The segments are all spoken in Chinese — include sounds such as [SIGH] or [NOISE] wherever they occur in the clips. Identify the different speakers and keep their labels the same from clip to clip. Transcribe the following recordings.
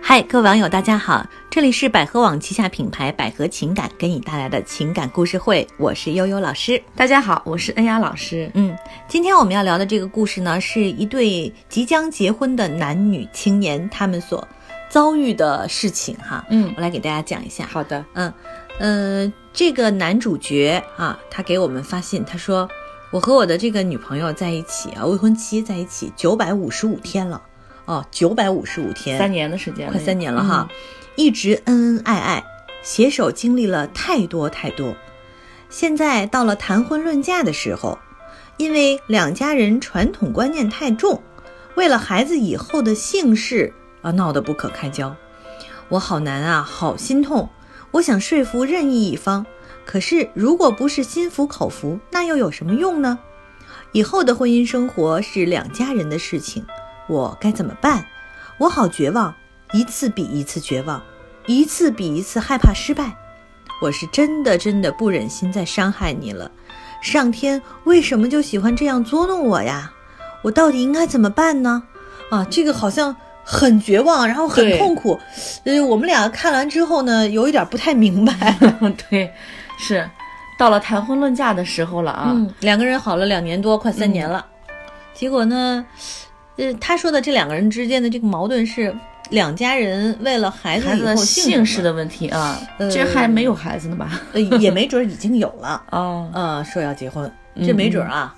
Speaker 1: 嗨，各位网友，大家好，这里是百合网旗下品牌百合情感给你带来的情感故事会，我是悠悠老师。
Speaker 2: 大家好，我是恩雅老师。
Speaker 1: 嗯，今天我们要聊的这个故事呢，是一对即将结婚的男女青年他们所遭遇的事情哈。
Speaker 2: 嗯，
Speaker 1: 我来给大家讲一下。
Speaker 2: 好的，
Speaker 1: 嗯，呃，这个男主角啊，他给我们发信，他说：“我和我的这个女朋友在一起啊，未婚妻在一起九百五十五天了，哦，九百五十五天，
Speaker 2: 三年的时间了，
Speaker 1: 快三年了哈，一直恩恩爱爱，携手经历了太多太多。现在到了谈婚论嫁的时候，因为两家人传统观念太重，为了孩子以后的姓氏啊闹得不可开交。我好难啊，好心痛。我想说服任意一方，可是如果不是心服口服，那又有什么用呢？以后的婚姻生活是两家人的事情，我该怎么办？我好绝望，一次比一次绝望，一次比一次害怕失败。我是真的真的不忍心再伤害你了，上天为什么就喜欢这样捉弄我呀？我到底应该怎么办呢？啊，这个好像很绝望，然后很
Speaker 2: 对
Speaker 1: 痛苦。呃，我们俩看完之后呢，有一点不太明白。
Speaker 2: 嗯 [LAUGHS] 对，是到了谈婚论嫁的时候了啊。
Speaker 1: 嗯，两个人好了两年多，快三年了。结果呢，呃，他说的这两个人之间的这个矛盾是两家人为了孩子
Speaker 2: 孩
Speaker 1: 以
Speaker 2: 子的
Speaker 1: 后
Speaker 2: 姓氏
Speaker 1: 的，
Speaker 2: 的问题啊，
Speaker 1: 呃
Speaker 2: 这还没有孩子呢吧？。
Speaker 1: 呃，也没准儿已经有了 [LAUGHS]
Speaker 2: 哦，
Speaker 1: 呃，说要结婚，
Speaker 2: 嗯
Speaker 1: 这没准儿啊，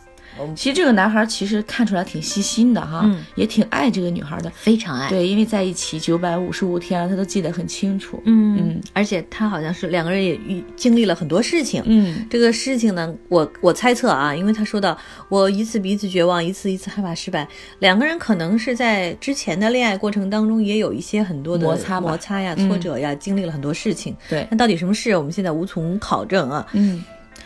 Speaker 2: 其实这个男孩其实看出来挺细心的哈，
Speaker 1: 嗯
Speaker 2: 也挺爱这个女孩的。
Speaker 1: 非常爱。
Speaker 2: 对，因为在一起九百五十五天啊了，他都记得很清楚。
Speaker 1: 嗯
Speaker 2: 嗯
Speaker 1: 而且他好像是两个人也遇经历了很多事情。
Speaker 2: 嗯，
Speaker 1: 这个事情呢，我我猜测啊，因为他说到我一次比一次绝望，一次一次害怕失败，两个人可能是在之前的恋爱过程当中也有一些很多的
Speaker 2: 摩擦吧
Speaker 1: 摩擦呀、
Speaker 2: 嗯
Speaker 1: 挫折呀，经历了很多事情。
Speaker 2: 对，
Speaker 1: 那到底什么事，我们现在无从考证啊。
Speaker 2: 嗯。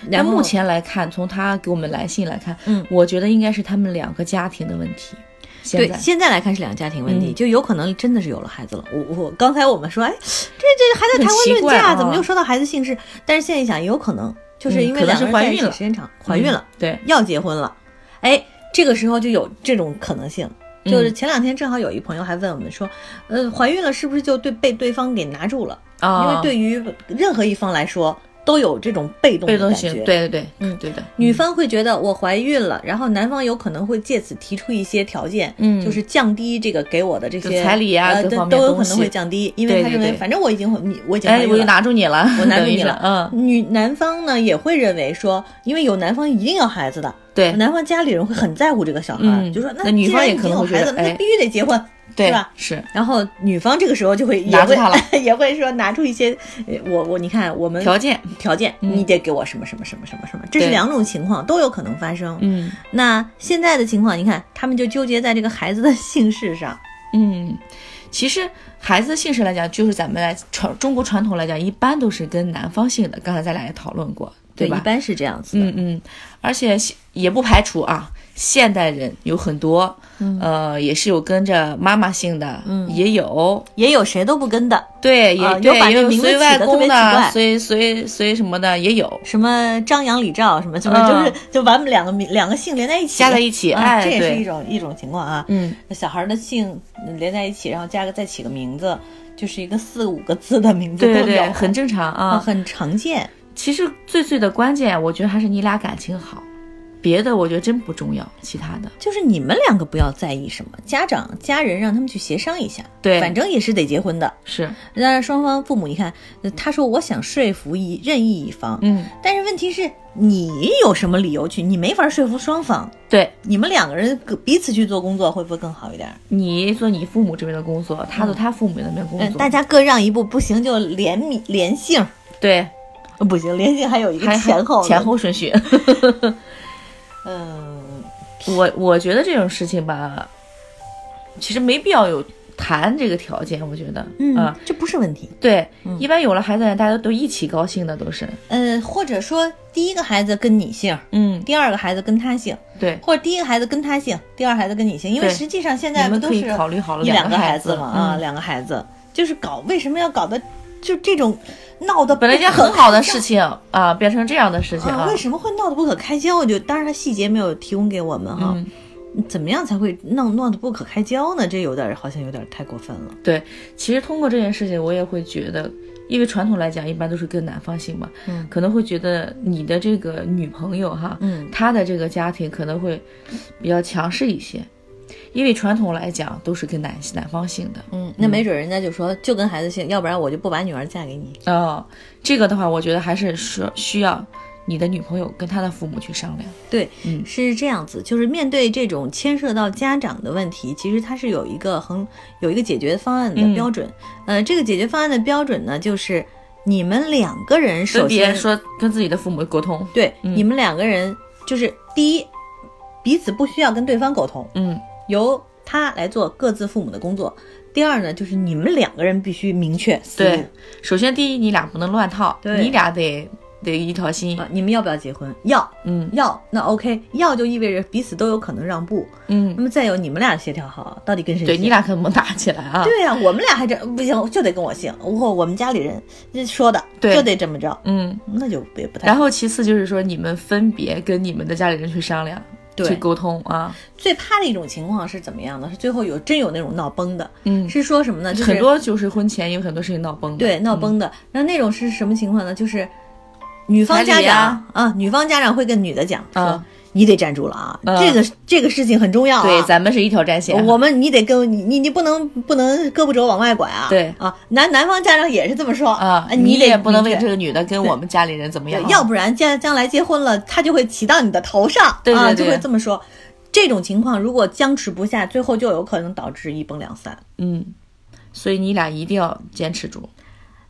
Speaker 2: 那
Speaker 1: 然后
Speaker 2: 目前来看，从他给我们来信来看，
Speaker 1: 嗯
Speaker 2: 我觉得应该是他们两个家庭的问题。现
Speaker 1: 对
Speaker 2: 在
Speaker 1: 现在来看是两个家庭问题，
Speaker 2: 嗯
Speaker 1: 就有可能真的是有了孩子了。我我刚才我们说，哎，这这还在谈婚
Speaker 2: 很奇
Speaker 1: 论
Speaker 2: 怪
Speaker 1: 嫁，
Speaker 2: 啊
Speaker 1: 怎么就说到孩子姓氏？但是现在一想，也有可能就是
Speaker 2: 嗯
Speaker 1: 因为
Speaker 2: 可能
Speaker 1: 两
Speaker 2: 是
Speaker 1: 个人在一
Speaker 2: 怀孕
Speaker 1: 起
Speaker 2: 了
Speaker 1: 时间长，怀孕了，
Speaker 2: 对，
Speaker 1: 要结婚了，哎，这个时候就有这种可能性。
Speaker 2: 嗯
Speaker 1: 就是前两天正好有一朋友还问我们说，呃，怀孕了是不是就对被对方给拿住了？因
Speaker 2: 啊，
Speaker 1: 为对于任何一方来说，都有这种被动的
Speaker 2: 被动
Speaker 1: 感
Speaker 2: 性，
Speaker 1: 觉。
Speaker 2: 对对对，
Speaker 1: 嗯
Speaker 2: 对的，
Speaker 1: 女方会觉得我怀孕了，然后男方有可能会借此提出一些条件，
Speaker 2: 嗯
Speaker 1: 就是降低这个给我的这些
Speaker 2: 就彩礼啊
Speaker 1: 呃
Speaker 2: 各
Speaker 1: 都
Speaker 2: 方面
Speaker 1: 都有
Speaker 2: 东
Speaker 1: 可
Speaker 2: 西
Speaker 1: 能会降低，因为
Speaker 2: 对
Speaker 1: 他
Speaker 2: 对
Speaker 1: 认为
Speaker 2: 对
Speaker 1: 反正我已经怀你我已经怀
Speaker 2: 哎，
Speaker 1: 孕
Speaker 2: 我就
Speaker 1: 了。
Speaker 2: 拿住你了，
Speaker 1: [LAUGHS] 我拿住
Speaker 2: 等于
Speaker 1: 你
Speaker 2: 是
Speaker 1: 了
Speaker 2: 嗯，
Speaker 1: 女男方呢也会认为说，因为有男方一定要孩子的，
Speaker 2: 对
Speaker 1: 男方家里人会很在乎这个小孩，
Speaker 2: 哎嗯
Speaker 1: 就说
Speaker 2: 那女
Speaker 1: 既
Speaker 2: 方
Speaker 1: 然
Speaker 2: 也
Speaker 1: 已
Speaker 2: 可
Speaker 1: 经
Speaker 2: 能
Speaker 1: 有
Speaker 2: 会觉
Speaker 1: 孩
Speaker 2: 得
Speaker 1: 子了，那
Speaker 2: 哎
Speaker 1: 必须得
Speaker 2: [LAUGHS]
Speaker 1: 结婚，
Speaker 2: 对
Speaker 1: 是吧？
Speaker 2: 是，
Speaker 1: 然后女方这个时候就会也
Speaker 2: 拿住
Speaker 1: 会
Speaker 2: 他了
Speaker 1: [LAUGHS] 也会说拿出一些，呃我我你看我们
Speaker 2: 条件，
Speaker 1: 条件，
Speaker 2: 嗯
Speaker 1: 你得给我什么什么什么什么什么，这是
Speaker 2: 对
Speaker 1: 两种情况都有可能发生。
Speaker 2: 嗯
Speaker 1: 那现在的情况，你看他们就纠结在这个孩子的姓氏上，
Speaker 2: 嗯。其实孩子的姓氏来讲，就是咱们来传中国传统来讲，一般都是跟男方姓的。刚才咱俩也讨论过，吧？
Speaker 1: 一般是这样子的。
Speaker 2: 嗯嗯，而且现也不排除啊，现代人有很多，
Speaker 1: 嗯
Speaker 2: 呃，也是有跟着妈妈姓的，也有，
Speaker 1: 也有谁都不跟的，
Speaker 2: 对，也、
Speaker 1: 啊嗯哦有
Speaker 2: 对，
Speaker 1: 把
Speaker 2: 也
Speaker 1: 这个
Speaker 2: 有
Speaker 1: 名字
Speaker 2: 随
Speaker 1: 起
Speaker 2: 外
Speaker 1: 得特别
Speaker 2: 公
Speaker 1: 奇怪
Speaker 2: 的，随随随什么的也有，
Speaker 1: 什么张扬李赵什么，什么、
Speaker 2: 嗯
Speaker 1: 就是就把我们两个名两个姓连在一起，
Speaker 2: 加在一起，
Speaker 1: 啊，
Speaker 2: 哎，
Speaker 1: 这也是一
Speaker 2: 对，
Speaker 1: 种一种情况啊。
Speaker 2: 嗯，
Speaker 1: 小孩的姓连在一起，然后加个再起个名字，就是一个四五个字的名字
Speaker 2: 对
Speaker 1: 都
Speaker 2: 对
Speaker 1: 有，
Speaker 2: 对，很正常
Speaker 1: 啊
Speaker 2: 啊。
Speaker 1: 很常见。
Speaker 2: 其实最最的关键，我觉得还是你俩感情好，别的我觉得真不重要，其他的，
Speaker 1: 就是你们两个不要在意什么，家长家人让他们去协商一下，
Speaker 2: 对
Speaker 1: 反正也是得结婚的。
Speaker 2: 是，
Speaker 1: 那双方父母，你看，呃他说我想说服一任意一方，
Speaker 2: 嗯，
Speaker 1: 但是问题是你有什么理由去？你没法说服双方，
Speaker 2: 对。
Speaker 1: 你们两个人各彼此去做工作会不会更好一点？
Speaker 2: 你做你父母这边的工作，他做他父母那边的工作，
Speaker 1: 嗯，大家各让一步，不行就连米连姓， [LAUGHS]
Speaker 2: 对，
Speaker 1: 呃不行连姓还有一个
Speaker 2: 还还
Speaker 1: 前后
Speaker 2: 前，后顺序， [LAUGHS]
Speaker 1: 嗯，
Speaker 2: 我我觉得这种事情吧，其实没必要有谈这个条件，我觉得，
Speaker 1: 嗯，
Speaker 2: 啊
Speaker 1: 这不是问题。
Speaker 2: 对，
Speaker 1: 嗯
Speaker 2: 一般有了孩子，大家都一起高兴的，都是，
Speaker 1: 呃，或者说第一个孩子跟你姓，
Speaker 2: 嗯，
Speaker 1: 第二个孩子跟他姓，
Speaker 2: 对，
Speaker 1: 或者第一个孩子跟他姓，第二孩子跟你姓，因为
Speaker 2: 对
Speaker 1: 实际上现在
Speaker 2: 你
Speaker 1: 不
Speaker 2: 们
Speaker 1: 都
Speaker 2: 可以
Speaker 1: 是
Speaker 2: 考虑好了
Speaker 1: 一两
Speaker 2: 个
Speaker 1: 个孩
Speaker 2: 子
Speaker 1: 子嘛啊，
Speaker 2: 嗯
Speaker 1: 两个孩子就是搞为什么要搞得就这种闹得
Speaker 2: 本来一
Speaker 1: 不
Speaker 2: 件
Speaker 1: 可
Speaker 2: 很好的
Speaker 1: 开交
Speaker 2: 事情啊，变成这样的事情
Speaker 1: 啊，
Speaker 2: 啊
Speaker 1: 为，什么会闹得不可开交？我就当然他细节没有提供给我们哈，
Speaker 2: 嗯
Speaker 1: 怎么样才会弄弄得不可开交呢？这有点好像有点太过分了。
Speaker 2: 对，其实通过这件事情，我也会觉得，因为传统来讲，一般都是跟男方姓嘛，
Speaker 1: 嗯
Speaker 2: 可能会觉得你的这个女朋友哈，
Speaker 1: 嗯
Speaker 2: 她的这个家庭可能会比较强势一些，因为传统来讲都是跟男男方姓的。
Speaker 1: 嗯，那没准人家就说就跟孩子姓，要不然我就不把女儿嫁给你。
Speaker 2: 哦，这个的话，我觉得还是说需要你的女朋友跟她的父母去商量。
Speaker 1: 对，
Speaker 2: 嗯
Speaker 1: 是这样子，就是面对这种牵涉到家长的问题，其实它是有一个很有一个解决方案的
Speaker 2: 嗯
Speaker 1: 标准。呃，这个解决方案的标准呢，就是你们两个人首
Speaker 2: 分别
Speaker 1: 先
Speaker 2: 说跟自己的父母沟通。
Speaker 1: 对、
Speaker 2: 嗯
Speaker 1: 你们两个人就是第一，彼此不需要跟对方沟通，
Speaker 2: 嗯，
Speaker 1: 由他来做各自父母的工作。第二呢，就是你们两个人必须明确思路
Speaker 2: 对。首先第一，你俩不能乱套，
Speaker 1: 对
Speaker 2: 你俩得得一条心。
Speaker 1: 啊，你们要不要结婚？要
Speaker 2: 嗯
Speaker 1: 要，那 OK，要就意味着彼此都有可能让步。
Speaker 2: 嗯
Speaker 1: 那，么再有你们俩协调好，到底跟谁
Speaker 2: 对
Speaker 1: 姓
Speaker 2: 你俩可能打起来啊。
Speaker 1: 对呀、我们俩还这不行，就得跟我姓。我我们家里人这说的，
Speaker 2: 对
Speaker 1: 就得这么着，
Speaker 2: 嗯，
Speaker 1: 那就也不太
Speaker 2: 然。后其次就是说，你们分别跟你们的家里人去商量，
Speaker 1: 对
Speaker 2: 去沟通啊。
Speaker 1: 最怕的一种情况是怎么样呢？是最后有真有那种闹崩的，
Speaker 2: 嗯，
Speaker 1: 是说什么
Speaker 2: [LAUGHS]
Speaker 1: 呢？就是
Speaker 2: 很多嗯就是婚前有很多事情闹崩的。
Speaker 1: 对闹崩的。那那种是什么情况呢？就是女方
Speaker 2: 彩
Speaker 1: 家
Speaker 2: 礼
Speaker 1: 长
Speaker 2: 啊
Speaker 1: 女方家长会跟女的讲说：“
Speaker 2: 啊
Speaker 1: 你得站住了啊，
Speaker 2: 啊
Speaker 1: 这个这个事情很重要、啊。”
Speaker 2: 对，咱们是一条战线。啊
Speaker 1: 我们你得跟你你你不能不能胳膊肘往外拐啊！
Speaker 2: 对
Speaker 1: 啊，男男方家长也是这么说
Speaker 2: 啊，
Speaker 1: 你得
Speaker 2: 也不能为
Speaker 1: 明确
Speaker 2: 这个女的跟我们家里人怎么样
Speaker 1: 对
Speaker 2: 啊，
Speaker 1: 要不然将将来结婚了，他就会骑到你的头上，
Speaker 2: 对对
Speaker 1: 啊，就
Speaker 2: 对
Speaker 1: 会这么说。这种情况如果僵持不下，最后就有可能导致一崩两散。
Speaker 2: 嗯，所以你俩一定要坚持住。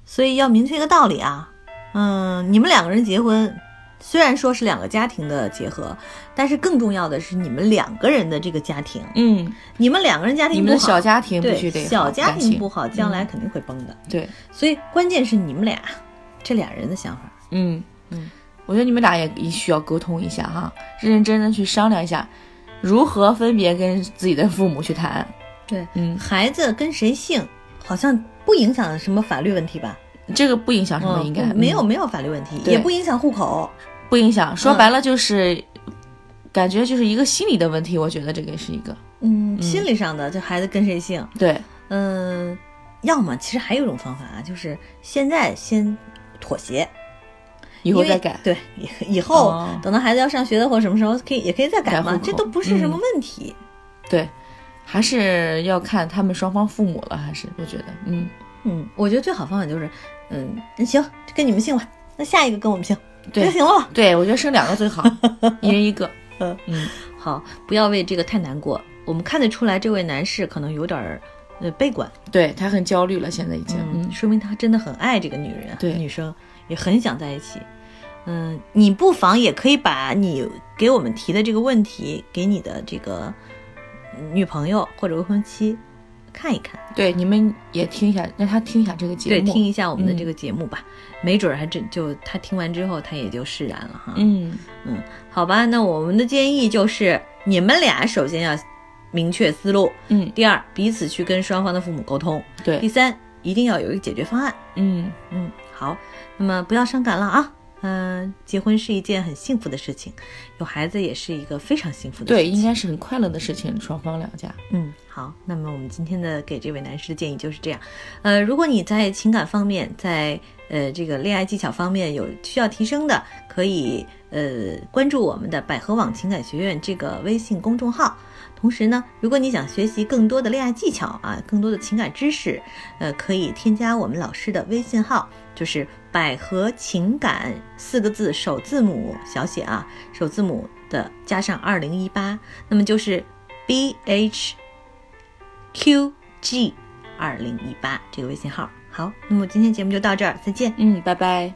Speaker 1: 所以要明确一个道理啊，嗯，你们两个人结婚，虽然说是两个家庭的结合，但是更重要的是你们两个人的这个家庭，
Speaker 2: 嗯，
Speaker 1: 你们两个人家庭
Speaker 2: 你
Speaker 1: 不
Speaker 2: 们的
Speaker 1: 好
Speaker 2: 小家庭必须
Speaker 1: 对
Speaker 2: 得
Speaker 1: 小
Speaker 2: 好
Speaker 1: 家
Speaker 2: 感
Speaker 1: 庭
Speaker 2: 情
Speaker 1: 不哎好，嗯将来肯定会崩的。
Speaker 2: 对，
Speaker 1: 所以关键是你们俩这俩人的想法。
Speaker 2: 嗯嗯，我觉得你们俩也也需要沟通一下哈，认认真真去商量一下，如何分别跟自己的父母去谈。
Speaker 1: 对，
Speaker 2: 嗯，
Speaker 1: 孩子跟谁姓好像不影响什么法律问题吧？
Speaker 2: 这个不影响什么，应该
Speaker 1: 嗯没有
Speaker 2: 嗯
Speaker 1: 没有法律问题，
Speaker 2: 对
Speaker 1: 也不影响户口。
Speaker 2: 不影响。说
Speaker 1: 嗯
Speaker 2: 白了就是，感觉就是一个心理的问题，我觉得这个是一个
Speaker 1: 嗯，心理上的，这孩子跟谁姓，
Speaker 2: 对，
Speaker 1: 嗯，要么其实还有一种方法啊，就是现在先妥协，
Speaker 2: 以后
Speaker 1: 因为
Speaker 2: 再改。
Speaker 1: 对，以以后、
Speaker 2: 哦
Speaker 1: 等到孩子要上学的或者什么时候，可以也可以再改
Speaker 2: 改
Speaker 1: 嘛，
Speaker 2: 户口嗯
Speaker 1: 这都不是什么问题。
Speaker 2: 对，还是要看他们双方父母了，还是我觉得，嗯，
Speaker 1: 嗯我觉得最好方法就是，嗯，那行，就跟你们姓吧，那下一个跟我们姓，
Speaker 2: 对
Speaker 1: 就行了。
Speaker 2: 对，我觉得生两个最 [LAUGHS] 好，一人一个。
Speaker 1: 嗯
Speaker 2: 嗯，
Speaker 1: 好，不要为这个太难过。我们看得出来，这位男士可能有点儿呃悲观，
Speaker 2: 对他很焦虑了，现在已经，嗯，
Speaker 1: 说明他真的很爱这个女人啊，
Speaker 2: 对
Speaker 1: 女生也很想在一起。嗯，你不妨也可以把你给我们提的这个问题给你的这个女朋友或者未婚妻看一看，
Speaker 2: 对，你们也听一下，让他听一嗯下这个节
Speaker 1: 对，
Speaker 2: 目，
Speaker 1: 听一下我们的
Speaker 2: 嗯
Speaker 1: 这个节目吧，没准儿还真就他听完之后他也就释然了哈。
Speaker 2: 嗯，
Speaker 1: 嗯，好吧，那我们的建议就是，你们俩首先要明确思路，
Speaker 2: 嗯
Speaker 1: 第二，彼此去跟双方的父母沟通，第
Speaker 2: 对，
Speaker 1: 三，一定要有一个解决方案。
Speaker 2: 嗯，
Speaker 1: 嗯，好，那么不要伤感了啊。嗯、结婚是一件很幸福的事情，有孩子也是一个非常幸福的事
Speaker 2: 对，
Speaker 1: 情。
Speaker 2: 应该是很快乐的事情，双方两家，
Speaker 1: 嗯，好，那么我们今天的给这位男士的建议就是这样。呃，如果你在情感方面，在呃这个恋爱技巧方面有需要提升的，可以呃关注我们的百合网情感学院这个微信公众号。同时呢，如果你想学习更多的恋爱技巧啊，更多的情感知识，呃，可以添加我们老师的微信号，就是“百合情感”四个字首字母小写啊，首字母的加上二零一八，那么就是 B H Q G 二零一八这个微信号。好，那么今天节目就到这儿，再见。
Speaker 2: 嗯，拜拜。